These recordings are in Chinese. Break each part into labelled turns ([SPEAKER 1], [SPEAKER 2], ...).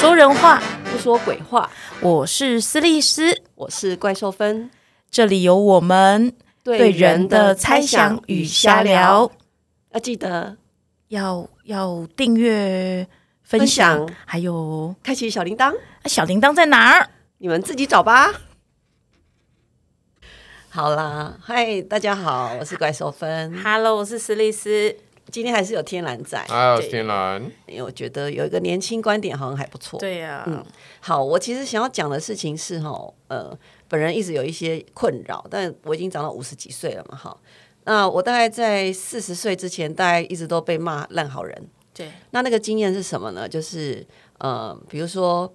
[SPEAKER 1] 说人话，
[SPEAKER 2] 不说鬼话。
[SPEAKER 1] 我是斯利斯，
[SPEAKER 2] 我是怪兽芬，
[SPEAKER 1] 这里有我们对人的猜想与瞎聊。，
[SPEAKER 2] 要记得
[SPEAKER 1] 要要订阅、分
[SPEAKER 2] 分
[SPEAKER 1] 享，
[SPEAKER 2] 享
[SPEAKER 1] 还有
[SPEAKER 2] 开启小铃铛，
[SPEAKER 1] 啊小铃铛在哪儿？
[SPEAKER 2] 你们自己找吧。好啦，嗨，大家好，我是怪兽芬，
[SPEAKER 1] 嗯 Hello，我是斯利斯。
[SPEAKER 2] 今天还是有天蓝在，
[SPEAKER 3] 还有哎天蓝，
[SPEAKER 2] 因为我觉得有一个年轻观点好像还不错。
[SPEAKER 1] 对啊呀、
[SPEAKER 2] 嗯好，我其实想要讲的事情是哈，呃，本人一直有一些困扰，但我已经长到五十几岁了嘛，哈。那我大概在四十岁之前，大概一直都被骂烂好人。
[SPEAKER 1] 对，
[SPEAKER 2] 那那个经验是什么呢？就是呃，比如说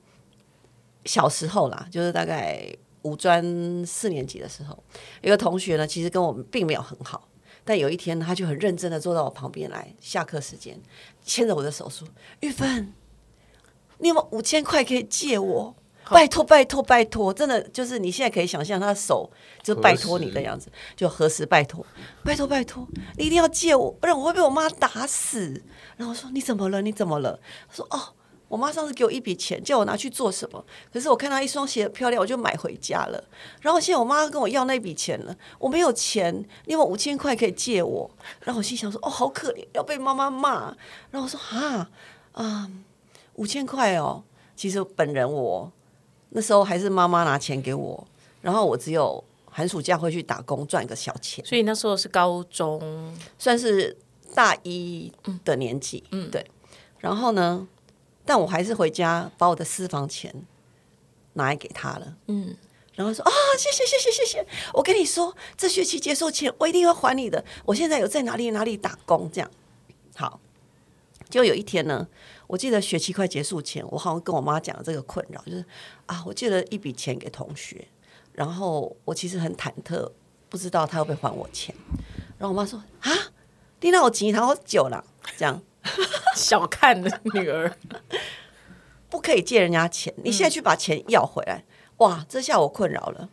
[SPEAKER 2] 小时候啦，就是大概五专四年级的时候，有一个同学呢，其实跟我们并没有很好，但有一天呢，他就很认真的坐到我旁边来，下课时间牵着我的手说：“玉芬，你有没有五千块可以借我？”拜托，拜托，拜托！真的就是你现在可以想象他的手就拜托你的样子，就何时拜托，拜托，拜托，你一定要借我，不然我会被我妈打死。然后我说你怎么了？你怎么了？他说哦，我妈上次给我一笔钱，叫我拿去做什么？可是我看她一双鞋漂亮，我就买回家了。然后现在我妈跟我要那笔钱了，我没有钱，你有没有五千块可以借我？然后我心想说哦，好可怜，要被妈妈骂。然后我说啊啊，五千块哦，其实本人我那时候还是妈妈拿钱给我，然后我只有寒暑假会去打工赚个小钱。
[SPEAKER 1] 所以那时候是高中，
[SPEAKER 2] 算是大一的年纪，嗯，对。然后呢，但我还是回家把我的私房钱拿来给他了，嗯。然后说啊，谢谢谢谢谢谢，我跟你说，这学期结束前我一定要还你的。我现在有在哪里哪里打工，这样好。就有一天呢，我记得学期快结束前，我好像跟我妈讲了这个困扰，就是啊，我借了一笔钱给同学，然后我其实很忐忑，不知道他会不会还我钱。然后我妈说啊，你那我钱好久了，这样
[SPEAKER 1] 小看的女儿，
[SPEAKER 2] 不可以借人家钱，你现在去把钱要回来，哇，这下我困扰了，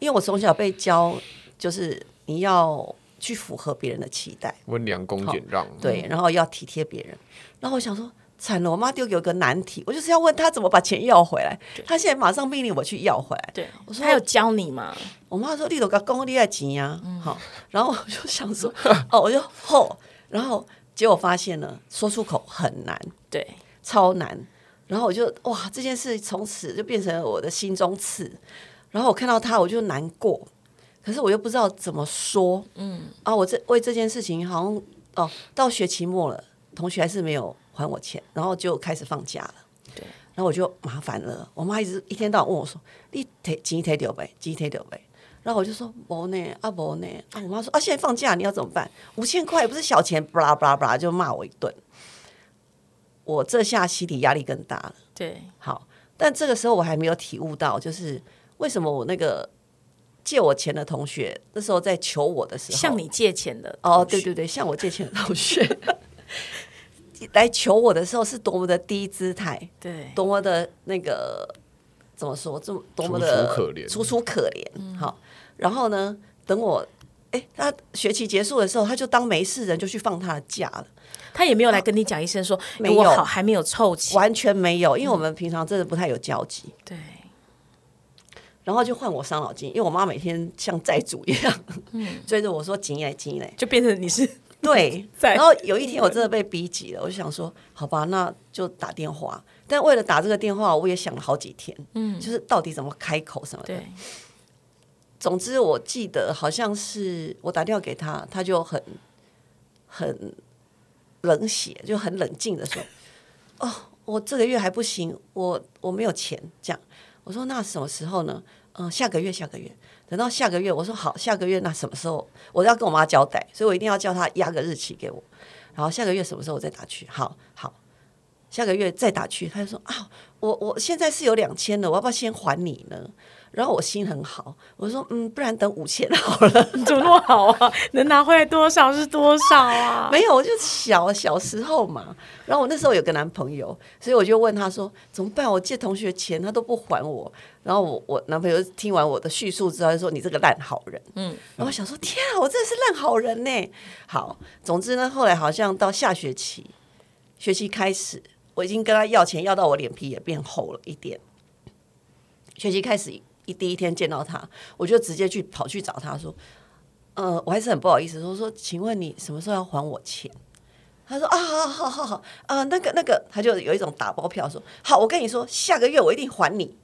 [SPEAKER 2] 因为我从小被教就是你要去符合别人的期待，
[SPEAKER 3] 温良恭俭让，，
[SPEAKER 2] 对，然后要体贴别人。然后我想说，惨了，我妈丢给我一个难题，我就是要问她怎么把钱要回来，她现在马上命令我去要回 来。
[SPEAKER 1] 对，
[SPEAKER 2] 我说
[SPEAKER 1] 他有教你吗？
[SPEAKER 2] 我妈说你都甲讲你爱钱呀、啊，好、然后我就想说，哦，我就吼，然后结果发现呢，说出口很难，
[SPEAKER 1] 对，
[SPEAKER 2] 超难。然后我就哇，这件事从此就变成了我的心中刺。然后我看到他，我就难过，可是我又不知道怎么说。嗯，啊，我这为这件事情好像哦，到学期末了，同学还是没有还我钱，然后就开始放假了。
[SPEAKER 1] 对，
[SPEAKER 2] 然后我就麻烦了，我妈一直一天到晚问我说：“你提钱提掉呗，钱提掉呗。”然后我就说：“无呢，啊无呢。”啊，我妈说：“啊，现在放假你要怎么办？五千块也不是小钱，巴拉巴拉巴拉，就骂我一顿。”我这下心理压力更大了。
[SPEAKER 1] 对，
[SPEAKER 2] 好，但这个时候我还没有体悟到，就是为什么我那个借我钱的同学，那时候在求我的时候，
[SPEAKER 1] 向你借钱的
[SPEAKER 2] 哦，
[SPEAKER 1] 同
[SPEAKER 2] 对
[SPEAKER 1] 学
[SPEAKER 2] 对对，向我借钱的同学 来求我的时候，是多么的低姿态，
[SPEAKER 1] 对，
[SPEAKER 2] 多么的那个怎么说，这么多么
[SPEAKER 3] 楚
[SPEAKER 2] 的
[SPEAKER 3] 楚可怜
[SPEAKER 2] 楚楚可怜。好，然后呢，等我。哎，他学期结束的时候，他就当没事人，就去放他的假了。
[SPEAKER 1] 他也没有来跟你讲一声说，
[SPEAKER 2] 没
[SPEAKER 1] 哎我
[SPEAKER 2] 有
[SPEAKER 1] 好还没有凑齐，
[SPEAKER 2] 完全没有，因为我们平常真的不太有交集。
[SPEAKER 1] 对，
[SPEAKER 2] 然后就换我伤脑筋，因为我妈每天像债主一样、
[SPEAKER 3] 嗯
[SPEAKER 2] 追着我说紧嘞紧嘞，
[SPEAKER 1] 就变成你是
[SPEAKER 2] 对。
[SPEAKER 1] 在
[SPEAKER 2] 然后有一天我真的被逼急了，我就想说，好吧，那就打电话。但为了打这个电话，我也想了好几天，嗯，就是到底怎么开口什么的。
[SPEAKER 1] 对
[SPEAKER 2] 总之，我记得好像是我打电话给他，他就很很冷血，就很冷静的说：“哦，我这个月还不行，我我没有钱。”这样，我说那什么时候呢？嗯，下个月，下个月，等到下个月，我说好，下个月那什么时候？我要跟我妈交代，所以我一定要叫她压个日期给我。然后下个月什么时候我再打去？好好，下个月再打去。他就说啊，我我现在是有两千了，我要不要先还你呢？然后我心很好，我说嗯，不然等五千好了。
[SPEAKER 1] 你怎么那么好啊？能拿回来多少是多少 啊？
[SPEAKER 2] 没有，我就小小时候嘛。然后我那时候有个男朋友，所以我就问他说怎么办？我借同学钱他都不还我。然后我我男朋友听完我的叙述之后，就说你这个烂好人。嗯，然后我想说天啊，我真的是烂好人呢。好，总之呢，后来好像到下学期，学期开始，我已经跟他要钱，要到我脸皮也变厚了一点。学期开始一一第一天见到他，我就直接去跑去找他说：“呃，我还是很不好意思，说说，请问你什么时候要还我钱？”他说：“啊，好好好好，啊，那个那个，他就有一种打包票说：好，我跟你说，下个月我一定还你。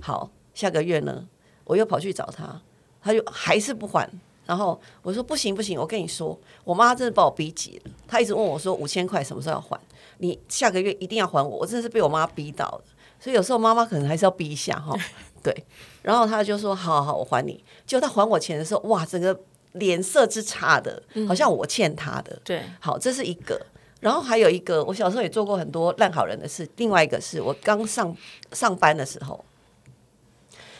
[SPEAKER 2] 好，下个月呢，我又跑去找他，他就还是不还。然后我说不行不行，我跟你说，我妈真的把我逼急了。她一直问我说五千块什么时候要还？你下个月一定要还我。我真的是被我妈逼到的，所以有时候妈妈可能还是要逼一下哈。对，然后他就说好好好，我还你。结果他还我钱的时候，哇，整个脸色之差的，好像我欠他的。
[SPEAKER 1] 对，
[SPEAKER 2] 好，这是一个。然后还有一个，我小时候也做过很多烂好人的事。另外一个是我刚上上班的时候，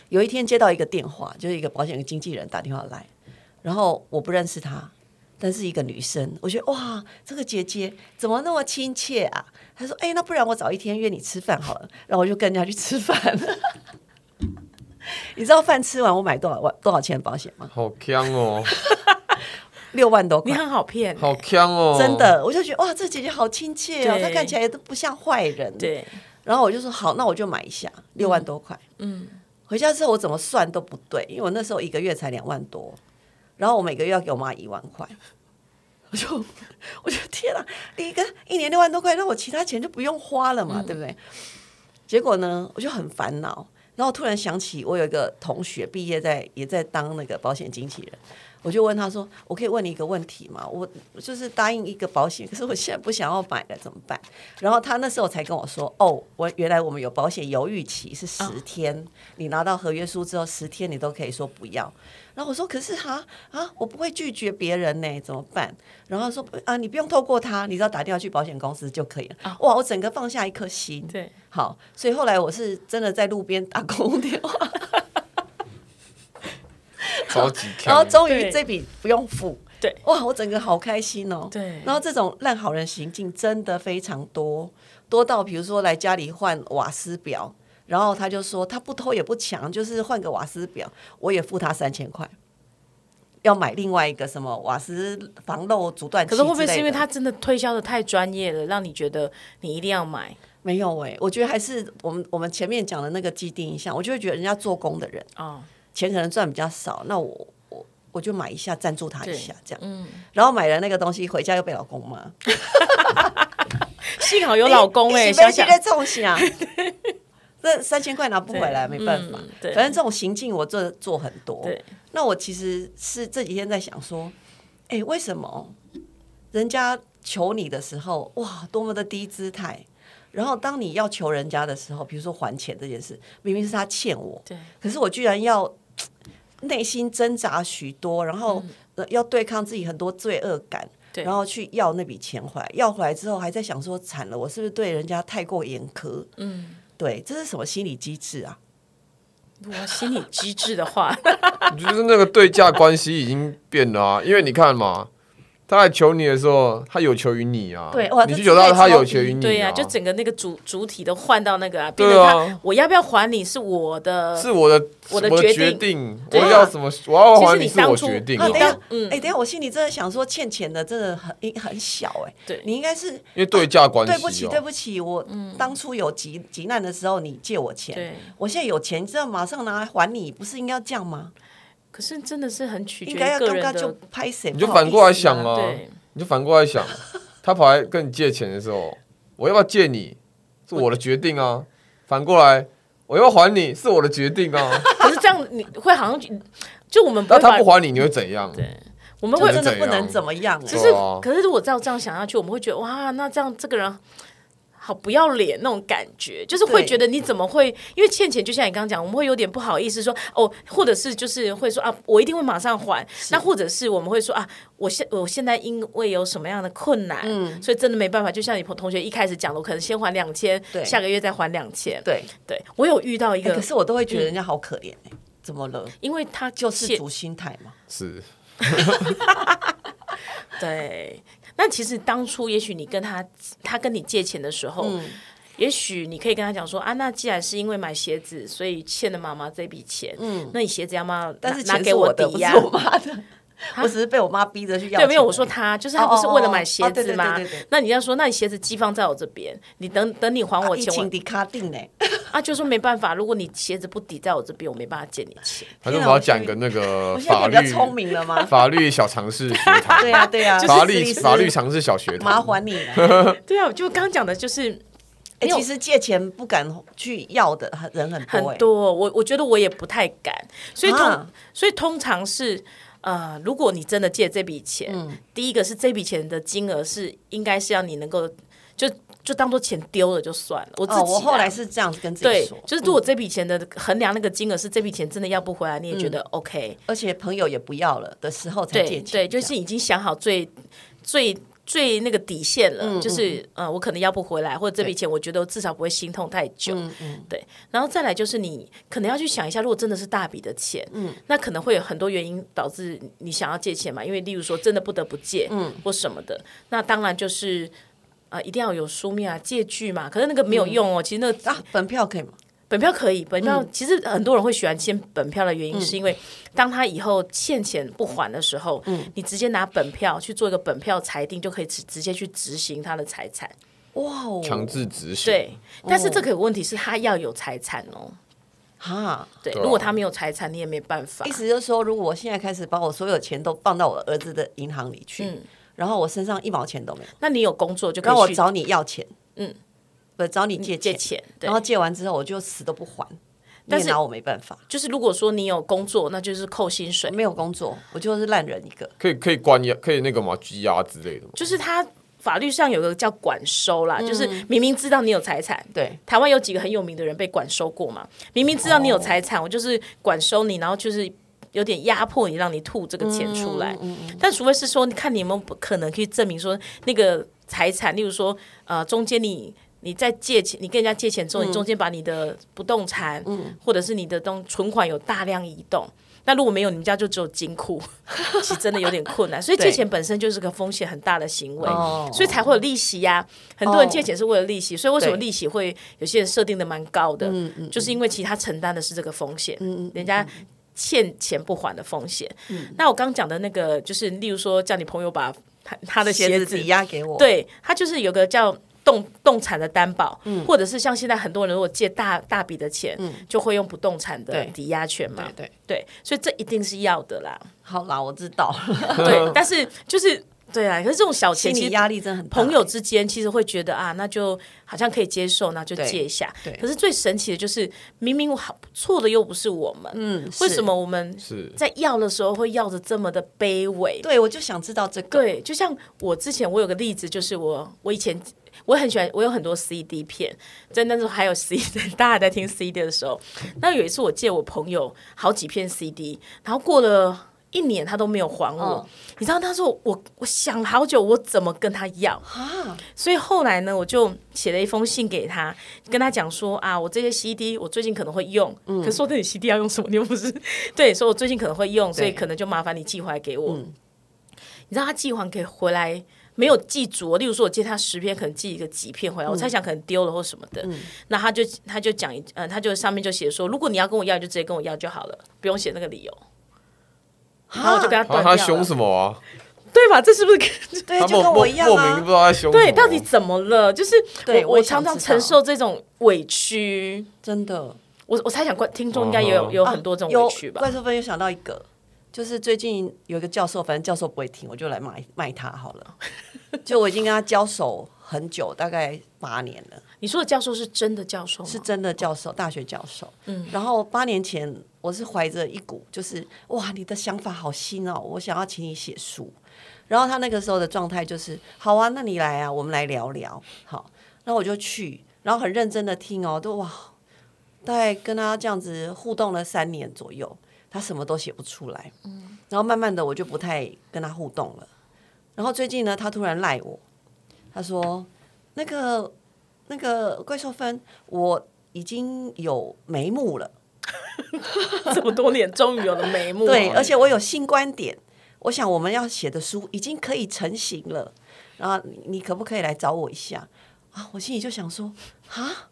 [SPEAKER 2] 有一天接到一个电话，就是一个保险经纪人打电话来，然后我不认识她，但是一个女生，我觉得哇，这个姐姐怎么那么亲切啊？她说：“哎、那不然我早一天约你吃饭好了。”然后我就跟人家去吃饭。 你知道饭吃完我买多少万多少钱的保险吗？
[SPEAKER 3] 好呛哦，
[SPEAKER 2] 六万多块
[SPEAKER 1] 你。很好骗、
[SPEAKER 3] 好呛哦，
[SPEAKER 2] 真，的，我就觉得哇，这姐姐好亲切哦，
[SPEAKER 1] 对
[SPEAKER 2] 她看起来都不像坏人。，
[SPEAKER 1] 对，
[SPEAKER 2] 然后我就说好，那我就买一下，六万多块。
[SPEAKER 1] 嗯，
[SPEAKER 2] 回家之后我怎么算都不对，因为我那时候一个月才两万多，然后我每个月要给我妈一万块，我就 我就天啊，你一个一年六万多块，那我其他钱就不用花了
[SPEAKER 1] 嗯
[SPEAKER 2] 嘛，对不对？结果呢，我就很烦恼，然后突然想起我有一个同学毕业在也在当那个保险经纪人，我就问他说：“我可以问你一个问题吗？我我就是答应一个保险，可是我现在不想要买了，怎么办？”然后他那时候才跟我说：“哦，我原来我们有保险犹豫期是十天，你拿到合约书之后十天你都可以说不要。”然后我说：“可是哈啊，我不会拒绝别人呢，怎么办？”然后他说：“啊，你不用透过他，你只要打电话去保险公司就可以了。哇，我整个放下一颗心。
[SPEAKER 1] 对，
[SPEAKER 2] 好，所以后来我是真的在路边打工电话，
[SPEAKER 3] 超级呛。
[SPEAKER 2] 然后终于
[SPEAKER 1] 对
[SPEAKER 2] 这笔不用付。
[SPEAKER 1] 对，
[SPEAKER 2] 哇，我整个好开心哦。
[SPEAKER 1] 对
[SPEAKER 2] 然后这种烂好人行径真的非常多，多到比如说来家里换瓦斯表，然后他就说他不偷也不抢，就是换个瓦斯表，我也付他三千块。要买另外一个什么瓦斯防漏阻断器
[SPEAKER 1] 可
[SPEAKER 2] 之
[SPEAKER 1] 是
[SPEAKER 2] 类的，
[SPEAKER 1] 会不会是因为他真的推销的太专业了，让你觉得你一定要买？
[SPEAKER 2] 没有哎、我觉得还是我们我们前面讲的那个既定印象，我就会觉得人家做工的人
[SPEAKER 1] 哦，
[SPEAKER 2] 钱可能赚比较少，那我我我就买一下赞助他一下这样，
[SPEAKER 1] 嗯，
[SPEAKER 2] 然后买了那个东西回家又被老公骂，
[SPEAKER 1] 幸好有老公哎、
[SPEAKER 2] 你
[SPEAKER 1] 想想
[SPEAKER 2] 你是不是在冲啊，这三千块拿不回来
[SPEAKER 1] 对
[SPEAKER 2] 没办法
[SPEAKER 1] 嗯，对
[SPEAKER 2] 反正这种行径我做做很多，
[SPEAKER 1] 对
[SPEAKER 2] 那我其实是这几天在想说，哎，为什么人家求你的时候，哇，多么的低姿态？然后当你要求人家的时候，比如说还钱这件事，明明是他欠我，
[SPEAKER 1] 对
[SPEAKER 2] 可是我居然要内心挣扎许多，然后、呃要对抗自己很多罪恶感，
[SPEAKER 1] 嗯对
[SPEAKER 2] 然后去要那笔钱回来。要回来之后，还在想说，惨了，我是不是对人家太过严苛？
[SPEAKER 1] 嗯，
[SPEAKER 2] 对，这是什么心理机制啊？
[SPEAKER 1] 如果心理机制的 话，
[SPEAKER 3] 就是那个对价关系已经变了啊，因为你看嘛，他来求你的时候，他有求于你啊，
[SPEAKER 2] 对哇
[SPEAKER 3] 你去
[SPEAKER 2] 这
[SPEAKER 3] 求他，
[SPEAKER 2] 姿态
[SPEAKER 3] 他
[SPEAKER 2] 超
[SPEAKER 3] 有求于你、
[SPEAKER 1] 对呀、
[SPEAKER 3] 啊，
[SPEAKER 1] 就整个那个主主体都换到那个啊，变
[SPEAKER 3] 对
[SPEAKER 1] 成
[SPEAKER 3] 啊
[SPEAKER 1] 他我要不要还你是我的，
[SPEAKER 3] 是我的
[SPEAKER 1] 我的决
[SPEAKER 3] 决
[SPEAKER 1] 定
[SPEAKER 3] 定，我
[SPEAKER 1] 对
[SPEAKER 3] 要什么，我要还
[SPEAKER 1] 其实你
[SPEAKER 3] 是
[SPEAKER 1] 当
[SPEAKER 3] 我
[SPEAKER 1] 初
[SPEAKER 3] 决定
[SPEAKER 1] 你
[SPEAKER 3] 啊，
[SPEAKER 2] 啊，
[SPEAKER 1] 当
[SPEAKER 2] 等一下，
[SPEAKER 1] 嗯
[SPEAKER 2] 哎、等一下，我心里真的想说，欠钱的真的很很小哎、
[SPEAKER 1] 对嗯
[SPEAKER 2] 你应该是
[SPEAKER 3] 因为对价关系、哦
[SPEAKER 2] 对不起，对不起，我当初有急急难的时候你借我
[SPEAKER 1] 对
[SPEAKER 2] 钱，我现在有钱，这马上拿来还你，不是应该要这样吗？
[SPEAKER 1] 可是真的是很取决
[SPEAKER 2] 应该
[SPEAKER 1] 于
[SPEAKER 2] 要
[SPEAKER 1] 个
[SPEAKER 2] 刚
[SPEAKER 1] 人
[SPEAKER 2] 刚就
[SPEAKER 1] 的，
[SPEAKER 2] 拍谁？
[SPEAKER 3] 你就
[SPEAKER 2] 不好意
[SPEAKER 3] 反过来
[SPEAKER 2] 思
[SPEAKER 3] 想啊
[SPEAKER 1] 对
[SPEAKER 3] 你就反过来想，他跑来跟你借钱的时候，我要不要借你是我的决定啊，反过来我要不要还你是我的决定啊，
[SPEAKER 1] 可是这样你会好像就就我们不
[SPEAKER 3] 那
[SPEAKER 1] 会把
[SPEAKER 3] 他不还你，你会怎样？
[SPEAKER 1] 我们
[SPEAKER 2] 就
[SPEAKER 1] 会
[SPEAKER 2] 真的
[SPEAKER 3] 怎
[SPEAKER 2] 不
[SPEAKER 3] 样
[SPEAKER 2] 能怎么样、欸，
[SPEAKER 1] 就
[SPEAKER 3] 对
[SPEAKER 1] 是
[SPEAKER 3] 啊，
[SPEAKER 1] 可是如果照这样想下去，我们会觉得哇，那这样这个人好不要脸那种感觉，就是会
[SPEAKER 2] 对
[SPEAKER 1] 觉得你怎么会？因为欠钱，就像你刚刚讲，我们会有点不好意思说哦，或者是就是会说啊，我一定会马上还。那或者是我们会说啊，我现我现在因为有什么样的困难，所以真的没办法。就像你同同学一开始讲的，我可能先还两千，
[SPEAKER 2] 对
[SPEAKER 1] 下个月再还两千。
[SPEAKER 2] 对、
[SPEAKER 1] 对我有遇到一
[SPEAKER 2] 欸
[SPEAKER 1] 个，
[SPEAKER 2] 可是我都会觉得人家好可怜、欸，怎么了？
[SPEAKER 1] 因为他就
[SPEAKER 2] 就
[SPEAKER 1] 是
[SPEAKER 2] 主心态嘛，
[SPEAKER 3] 是
[SPEAKER 1] 对，那其实当初也许你跟他，他跟你借钱的时候，
[SPEAKER 2] 嗯
[SPEAKER 1] 也许你可以跟他讲说啊，那既然是因为买鞋子，所以欠了妈妈这笔钱，嗯，那你鞋子要不要拿
[SPEAKER 2] 但是
[SPEAKER 1] 拿
[SPEAKER 2] 钱
[SPEAKER 1] 给
[SPEAKER 2] 是我的，
[SPEAKER 1] 抵
[SPEAKER 2] 不是
[SPEAKER 1] 押？
[SPEAKER 2] 我妈的。 我只是被我妈逼着去要
[SPEAKER 1] 啊对，
[SPEAKER 2] 钱。
[SPEAKER 1] 没有，我说他就是他不是为了买鞋子
[SPEAKER 2] 哦哦哦哦
[SPEAKER 1] 吗
[SPEAKER 2] 对对对对对？
[SPEAKER 1] 那你要说，那你鞋子寄放在我这边，你等等你还我
[SPEAKER 2] 疫
[SPEAKER 1] 钱，
[SPEAKER 2] 情
[SPEAKER 1] 我
[SPEAKER 2] 的卡欸定呢，
[SPEAKER 1] 啊就说没办法，如果你鞋子不抵在我这边，我没办法借你钱。
[SPEAKER 3] 还是我要讲一个那个
[SPEAKER 2] 我现在
[SPEAKER 3] 法
[SPEAKER 2] 比较
[SPEAKER 3] 律
[SPEAKER 2] 聪明了吗？
[SPEAKER 3] 法律小常识学 堂，
[SPEAKER 2] 对呀对呀， 就
[SPEAKER 3] 法
[SPEAKER 2] 是
[SPEAKER 3] 律
[SPEAKER 2] 律师
[SPEAKER 3] 法律常识小学
[SPEAKER 2] 麻
[SPEAKER 3] 堂，
[SPEAKER 2] 烦你 了。
[SPEAKER 1] 对啊，我就刚讲的就是
[SPEAKER 2] 哎，
[SPEAKER 1] 没有
[SPEAKER 2] 其实借钱不敢去要的很人很多
[SPEAKER 1] 很
[SPEAKER 2] 哎，
[SPEAKER 1] 多，我我觉得我也不太敢，所以通、
[SPEAKER 2] 啊
[SPEAKER 1] 所以通常是。呃，如果你真的借这笔钱，
[SPEAKER 2] 嗯
[SPEAKER 1] 第一个是这笔钱的金额是应该是要你能够就就当做钱丢了就算了。我自己、啊
[SPEAKER 2] 哦，我后来是这样子跟自己
[SPEAKER 1] 对
[SPEAKER 2] 说，，嗯
[SPEAKER 1] 就是如果这笔钱的衡量那个金额是这笔钱真的要不回来，你也觉得 OK，、
[SPEAKER 2] 而且朋友也不要了的时候才嗯借
[SPEAKER 1] 对
[SPEAKER 2] 钱，
[SPEAKER 1] 对，就是已经想好最最。最那个底线了，
[SPEAKER 2] 嗯
[SPEAKER 1] 就是呃，我可能要不回来，或者这笔钱我觉得我至少不会心痛太久，
[SPEAKER 2] 嗯
[SPEAKER 1] 对。然后再来就是你可能要去想一下，如果真的是大笔的钱，那可能会有很多原因导致你想要借钱嘛，因为例如说真的不得不借，或什么的。那当然就是呃，一定要有书面啊、借据嘛。可是那个没有用哦，其实那个
[SPEAKER 2] 这样啊，本票可以吗？
[SPEAKER 1] 本票可以，本票、其实很多人会喜欢签本票的原因，是因为当他以后欠钱不还的时候，你直接拿本票去做一个本票裁定，就可以直直接去执行他的财产。
[SPEAKER 2] 哇哦，
[SPEAKER 3] 强制执行。
[SPEAKER 1] 对，但是这个有问题是他要有财产哦。
[SPEAKER 2] 哈，
[SPEAKER 1] 对，
[SPEAKER 3] 对啊
[SPEAKER 1] 如果他没有财产，你也没办法
[SPEAKER 2] 意。思就是说，如果我现在开始把我所有钱都放到我儿子的银行里去，
[SPEAKER 1] 嗯
[SPEAKER 2] 然后我身上一毛钱都没有，
[SPEAKER 1] 那你有工作就可
[SPEAKER 2] 然后我
[SPEAKER 1] 以去
[SPEAKER 2] 找你要钱，
[SPEAKER 1] 嗯，
[SPEAKER 2] 不找你借
[SPEAKER 1] 借钱，对
[SPEAKER 2] 然。后借完之后我就死都不还，
[SPEAKER 1] 但
[SPEAKER 2] 你
[SPEAKER 1] 是
[SPEAKER 2] 也拿我没办法，
[SPEAKER 1] 就是如果说你有工作，那就是扣薪水。
[SPEAKER 2] 没有工作，我就是烂人一个。
[SPEAKER 3] 可以可以关押，可以那个嘛羁押之类的嘛。
[SPEAKER 1] 就是他法律上有个叫管收啦，
[SPEAKER 2] 嗯
[SPEAKER 1] 就是明明知道你有财产，
[SPEAKER 2] 对，
[SPEAKER 1] 台湾有几个很有名的人被管收过嘛，明明知道你有财产，我就是管收你，然后就是。有点压迫你，让你吐这个钱出来，但除非是说，你看你有没有可能可以证明说那个财产，例如说，呃，中间你你在借钱，你跟人家借钱之后，你中间把你的不动产，或者是你的东存款有大量移动，那如果没有，你们家就只有金库， 其实真的有点困难。所以借钱本身就是个风险很大的行为
[SPEAKER 2] 哦，
[SPEAKER 1] 所以才会有利息呀、很多人借钱是为了利息，所以为什么利息会有些人设定的蛮高的，
[SPEAKER 2] 嗯
[SPEAKER 1] 就是因为其实他承担的是这个风险，人家。欠钱不还的风险。
[SPEAKER 2] 嗯
[SPEAKER 1] 那我刚讲的那个，就是例如说，叫你朋友把他他的
[SPEAKER 2] 鞋
[SPEAKER 1] 鞋
[SPEAKER 2] 子
[SPEAKER 1] 子
[SPEAKER 2] 抵押给我，，
[SPEAKER 1] 对，它就是有个叫动动产的担保，
[SPEAKER 2] 嗯
[SPEAKER 1] 或者是像现在很多人如果借大大笔的钱，就会用不动产的
[SPEAKER 2] 对
[SPEAKER 1] 抵押权嘛，
[SPEAKER 2] 对对
[SPEAKER 1] 所以这一定是要的啦，
[SPEAKER 2] 好啦，我知 道了，
[SPEAKER 1] 对，但是就是对啊，可是这种小钱
[SPEAKER 2] 啊心
[SPEAKER 1] 其
[SPEAKER 2] 理
[SPEAKER 1] 实。
[SPEAKER 2] 压力真的很大。欸
[SPEAKER 1] 朋友之间其实会觉得啊，那就好像可以接受，那就借一下。
[SPEAKER 2] 对对
[SPEAKER 1] 可是最神奇的就是，明明我好错的又不是我们，
[SPEAKER 2] 嗯
[SPEAKER 1] 为
[SPEAKER 2] 是
[SPEAKER 1] 什么我们
[SPEAKER 3] 是
[SPEAKER 1] 在要的时候会要的这么的卑微？
[SPEAKER 2] 对，我就想知道这个。
[SPEAKER 1] 对，就像我之前我有个例子，就是我我以前我很喜欢，我有很多 CD 片，在那时候还有 CD，大家 还在听 CD 的时候，那有一次我借我朋友好几片 CD，然后过了。一年他都没有还我，
[SPEAKER 2] 嗯
[SPEAKER 1] 你知道那时候我我想了好久，我怎么跟他要？
[SPEAKER 2] 啊，
[SPEAKER 1] 所以后来呢，我就写了一封信给他，跟他讲说啊，我这些 CD 我最近可能会用，可是说真的你 CD 要用什么？你又不是 对，所以我最近可能会用，所以可能就麻烦你寄回来给我。你知道他寄还给回来没有寄足哦，例如说我借他十片，可能寄一个几片回来，我猜想可能丢了或什么的。那他就他就讲一，呃，他就上面就写说，如果你要跟我要，你就直接跟我要就好了，不用写那个理由。然后我就跟他
[SPEAKER 3] 然
[SPEAKER 1] 断掉
[SPEAKER 3] 后他
[SPEAKER 1] 了，
[SPEAKER 3] 凶什么啊？
[SPEAKER 1] 对吧？这是不是跟
[SPEAKER 2] 对，
[SPEAKER 3] 他
[SPEAKER 2] 就
[SPEAKER 3] 莫
[SPEAKER 2] 跟
[SPEAKER 3] 莫
[SPEAKER 2] 我一样
[SPEAKER 3] 莫名
[SPEAKER 2] 啊
[SPEAKER 3] 不。知道他凶什么。
[SPEAKER 1] 对，到底怎么了？就是
[SPEAKER 2] 对
[SPEAKER 1] 我
[SPEAKER 2] 我也想
[SPEAKER 1] 常常
[SPEAKER 2] 知道
[SPEAKER 1] 承受这种委屈，
[SPEAKER 2] 真的
[SPEAKER 1] 我我猜想观听众应该也有
[SPEAKER 3] 嗯
[SPEAKER 1] 有很多这种委屈
[SPEAKER 2] 啊
[SPEAKER 1] 吧
[SPEAKER 2] 有。怪兽分又想到一个，就是最近有一个教授，反正教授不会听，我就来骂骂他好了。 就我已经跟他交手很久，大概八年了，
[SPEAKER 1] 你说的教授是真的教授吗？
[SPEAKER 2] 是真的教授，大学教授。嗯，然后八年前我是怀着一股就是哇，你的想法好新哦，我想要请你写书。然后他那个时候的状态就是，好啊，那你来啊，我们来聊聊。好，然后我就去，然后很认真的听哦，都哇，大概跟他这样子互动了三年左右，他什么都写不出来。嗯，然后慢慢的我就不太跟他互动了。然后最近呢，他突然赖我，他说那个那个怪兽芬，我已经有眉目了，
[SPEAKER 1] 这么多年终于有了眉目。哦
[SPEAKER 2] 对，而且我有新观点，我想我们要写的书已经可以成型了，然后你你可不可以来找我一下啊？我心里就想说啊，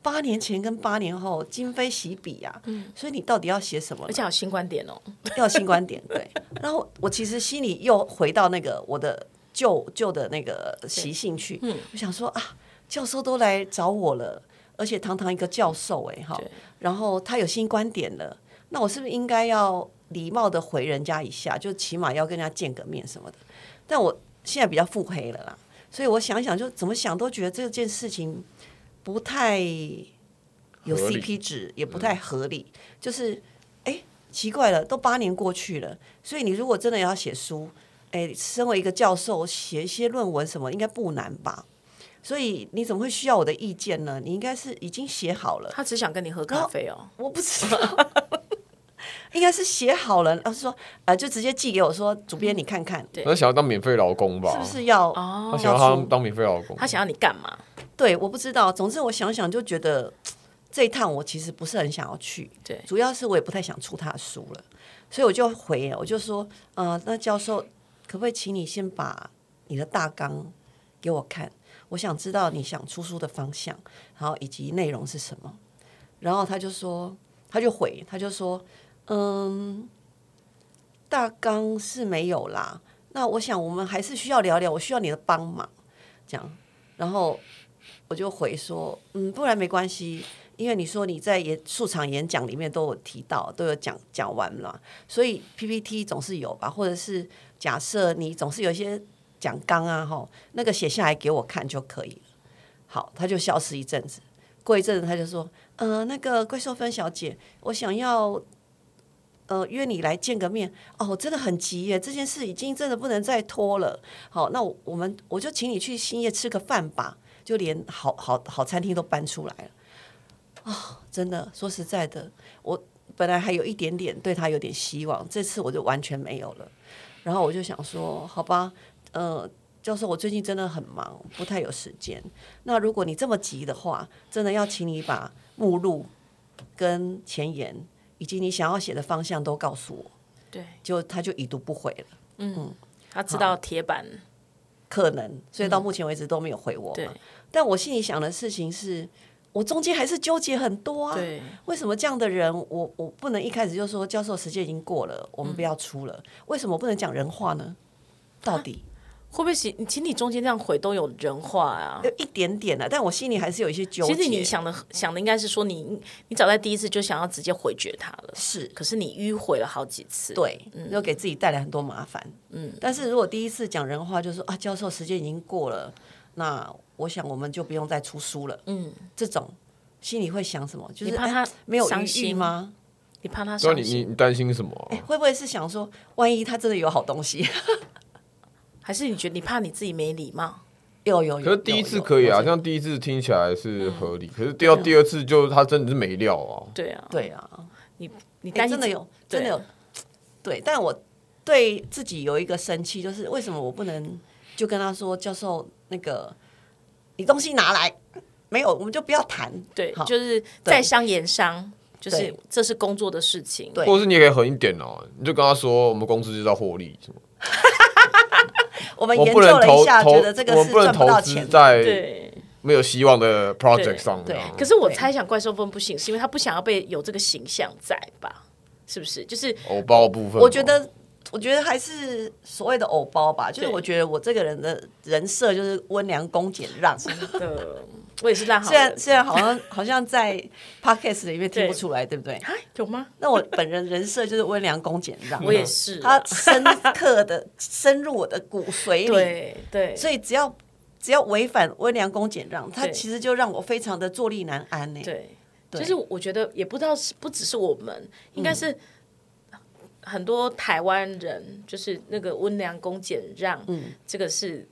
[SPEAKER 2] 八年前跟八年后今非昔比呀、
[SPEAKER 1] 嗯
[SPEAKER 2] 所以你到底要写什么
[SPEAKER 1] 而？且有新观点哦，
[SPEAKER 2] 要新观点，对。然后我其实心里又回到那个我的旧旧的那个习性去，
[SPEAKER 1] 嗯
[SPEAKER 2] 我想说啊，教授都来找我了，而且堂堂一个教授哎、哈，然后他有新观点了，那我是不是应该要礼貌的回人家一下，就起码要跟人家见个面什么的？但我现在比较腹黑了啦，所以我想想就怎么想都觉得这件事情不太有
[SPEAKER 3] 合理嗯
[SPEAKER 2] CP 值，也不太合理，就是哎、奇怪了，都八年过去了，所以你如果真的要写书，哎，身为一个教授，写一些论文什么应该不难吧？所以你怎么会需要我的意见呢？你应该是已经写好了，
[SPEAKER 1] 他只想跟你喝咖啡哦。
[SPEAKER 2] 我不知道， 应该是写好了，老师说，呃，就直接寄给我说，主编你看看，
[SPEAKER 1] 对
[SPEAKER 3] 那想要当免费劳工吧？
[SPEAKER 2] 是不是要？
[SPEAKER 1] 哦
[SPEAKER 3] 他想要
[SPEAKER 2] 要
[SPEAKER 3] 他
[SPEAKER 2] 出
[SPEAKER 3] 当免费劳工
[SPEAKER 1] 他，想要你干嘛？
[SPEAKER 2] 对，我不知道。总之我想想就觉得嘖这一趟我其实不是很想要去，
[SPEAKER 1] 对
[SPEAKER 2] 主要是我也不太想出他的书了，所以我就回，我就说，呃，那教授可不可以请你先把你的大纲给我看？我想知道你想出书的方向，然后以及内容是什么。然后他就说，他就回，他就说，嗯，大纲是没有啦。那我想我们还是需要聊聊，我需要你的帮忙，这样。然后我就回说，嗯，不然没关系，因为你说你在演数场演讲里面都有提到，都有讲讲完了，所以 PPT 总是有吧，或者是假设你总是有一些讲纲啊，吼，那个写下来给我看就可以了。好，他就消失一阵子，过一阵子他就说，呃，那个桂秀芬小姐，我想要。呃，约你来见个面哦，我真的很急耶，这件事已经真的不能再拖了。好，那我我们我就请你去兴业吃个饭吧，就连好好好餐厅都搬出来了。啊、真的，说实在的，我本来还有一点点对他有点希望，这次我就完全没有了。然后我就想说，好吧，呃，教授，我最近真的很忙，不太有时间。那如果你这么急的话，真的要请你把目录跟前言以及你想要写的方向都告诉我。
[SPEAKER 1] 对，
[SPEAKER 2] 就他就已读不回了。
[SPEAKER 1] 他知道铁板
[SPEAKER 2] 可能，所以到目前为止都没有回我嘛。
[SPEAKER 1] 嗯对
[SPEAKER 2] 但我心里想的事情是，我中间还是纠结很多啊。
[SPEAKER 1] 对
[SPEAKER 2] 为什么这样的人，我我不能一开始就说教授时间已经过了，我
[SPEAKER 1] 嗯
[SPEAKER 2] 们不要出了？为什么不能讲人话呢？到底
[SPEAKER 1] 会不会其其实你中间这样回都有人话啊
[SPEAKER 2] 有？一点点啊，但我心里还是有一些纠结。
[SPEAKER 1] 其实你想的想的应该是说你你早在第一次就想要直接回绝他了，
[SPEAKER 2] 是
[SPEAKER 1] 可是你迂回了好几次。
[SPEAKER 2] 对，又给自己带来很多麻烦。嗯，但是如果第一次讲人话，就说啊，教授时间已经过了，那我想我们就不用再出书了。嗯，这种心里会想什么？就是
[SPEAKER 1] 你怕
[SPEAKER 2] 哎
[SPEAKER 1] 他
[SPEAKER 2] 没有
[SPEAKER 1] 伤
[SPEAKER 2] 余裕
[SPEAKER 1] 心
[SPEAKER 2] 吗？
[SPEAKER 1] 你怕他
[SPEAKER 3] 对啊，
[SPEAKER 1] 伤
[SPEAKER 3] 你你
[SPEAKER 1] 心，
[SPEAKER 3] 你担心什么啊？
[SPEAKER 2] 会不会是想说，万一他真的有好东西？
[SPEAKER 1] 还是你觉得你怕你自己没礼貌？
[SPEAKER 2] 有有有。
[SPEAKER 3] 可是第一次可以
[SPEAKER 2] 有
[SPEAKER 3] 啊，
[SPEAKER 2] 有
[SPEAKER 3] 像第一次听起来是
[SPEAKER 2] 嗯
[SPEAKER 3] 合理，可是掉
[SPEAKER 1] 啊
[SPEAKER 3] 第二次就他真的是没料啊。
[SPEAKER 1] 对啊，
[SPEAKER 2] 对啊，
[SPEAKER 1] 你你
[SPEAKER 2] 哎
[SPEAKER 1] 担心
[SPEAKER 2] 真的
[SPEAKER 1] 自
[SPEAKER 2] 有，
[SPEAKER 1] 对
[SPEAKER 2] 真的有，对。但我对自己有一个生气，就是为什么我不能就跟他说，教授那个，你东西拿来，没有我们就不要谈。
[SPEAKER 1] 对
[SPEAKER 2] 好，
[SPEAKER 1] 就是在商言商，就是
[SPEAKER 2] 对
[SPEAKER 1] 这是工作的事情。
[SPEAKER 2] 对
[SPEAKER 3] 或者是你也可以狠一点哦，你就跟他说，我们公司就是要获利，什么
[SPEAKER 2] 我们
[SPEAKER 3] 我
[SPEAKER 2] 呃研
[SPEAKER 3] 不
[SPEAKER 2] 究
[SPEAKER 3] 能
[SPEAKER 2] 了一
[SPEAKER 3] 投
[SPEAKER 2] 下，
[SPEAKER 3] 投
[SPEAKER 2] 觉得这，个
[SPEAKER 3] 我们
[SPEAKER 2] 是
[SPEAKER 3] 不能
[SPEAKER 2] 赚不
[SPEAKER 3] 投
[SPEAKER 2] 到
[SPEAKER 3] 资
[SPEAKER 2] 钱的。
[SPEAKER 3] 在
[SPEAKER 1] 对，
[SPEAKER 3] 没有希望的 project 上
[SPEAKER 2] 对
[SPEAKER 3] 这样。
[SPEAKER 1] 可是我
[SPEAKER 2] 对
[SPEAKER 1] 猜想怪兽风不行，是因为他不想要被有这个形象在吧？是不是？就是
[SPEAKER 3] 偶包部分嘛，
[SPEAKER 2] 我觉得，我觉得还是所谓的偶包吧，就是
[SPEAKER 1] 对
[SPEAKER 2] 我觉得我这个人的人设就是温良恭俭让。
[SPEAKER 1] 的，呃我也是烂好
[SPEAKER 2] 虽然
[SPEAKER 1] 人。
[SPEAKER 2] 虽然好像好像在 podcast 里面听不出来，对不对？
[SPEAKER 1] 啊，有吗？
[SPEAKER 2] 那我本人人设就是温良恭俭 让，
[SPEAKER 1] 我也是啊
[SPEAKER 2] 他深刻的深入我的骨髓里，
[SPEAKER 1] 对对，
[SPEAKER 2] 所以只要只要违反温良恭俭让，他
[SPEAKER 1] 对
[SPEAKER 2] 其实就让我非常的坐立难安呢。
[SPEAKER 1] 对，就是我觉得也不知道是不只是我们，应
[SPEAKER 2] 嗯
[SPEAKER 1] 该是很多台湾人，就是那个温良恭俭让，
[SPEAKER 2] 嗯
[SPEAKER 1] 这个是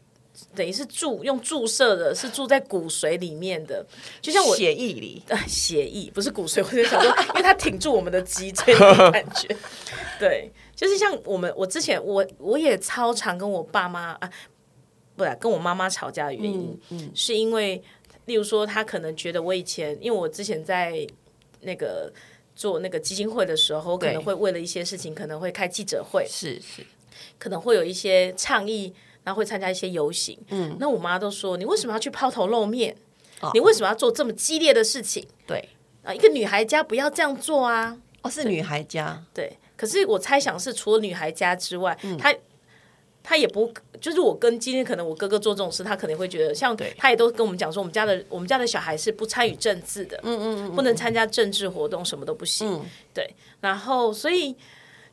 [SPEAKER 1] 等于是注用注射的，是住在骨髓里面的。就像我
[SPEAKER 2] 血液里，
[SPEAKER 1] 呃血液不是骨髓，我就想说，因为它挺住我们的脊椎的感觉。对，就是像我们，我之前我我也超常跟我爸妈啊，不然跟我妈妈吵架的原因，是因为，例如说，他可能觉得我以前，因为我之前在那个做那个基金会的时候，我可能
[SPEAKER 2] 对
[SPEAKER 1] 会为了一些事情，可能会开记者会，
[SPEAKER 2] 是是，
[SPEAKER 1] 可能会有一些倡议，然后会参加一些游行。嗯，那我妈都说你为什么要去抛头露面？你为什么要做这么激烈的事情
[SPEAKER 2] 对，
[SPEAKER 1] 啊？一个女孩家不要这样做啊！
[SPEAKER 2] 哦，是女孩家，
[SPEAKER 1] 对，可是我猜想是除了女孩家之外，他他也不就是我跟今天可能我哥哥做这种事，他可能会觉得像
[SPEAKER 2] 对
[SPEAKER 1] 他也都跟我们讲说，我们家的我们家的小孩是不参与政治的，嗯嗯不能参加政治活动，什么都不行。对，然后所以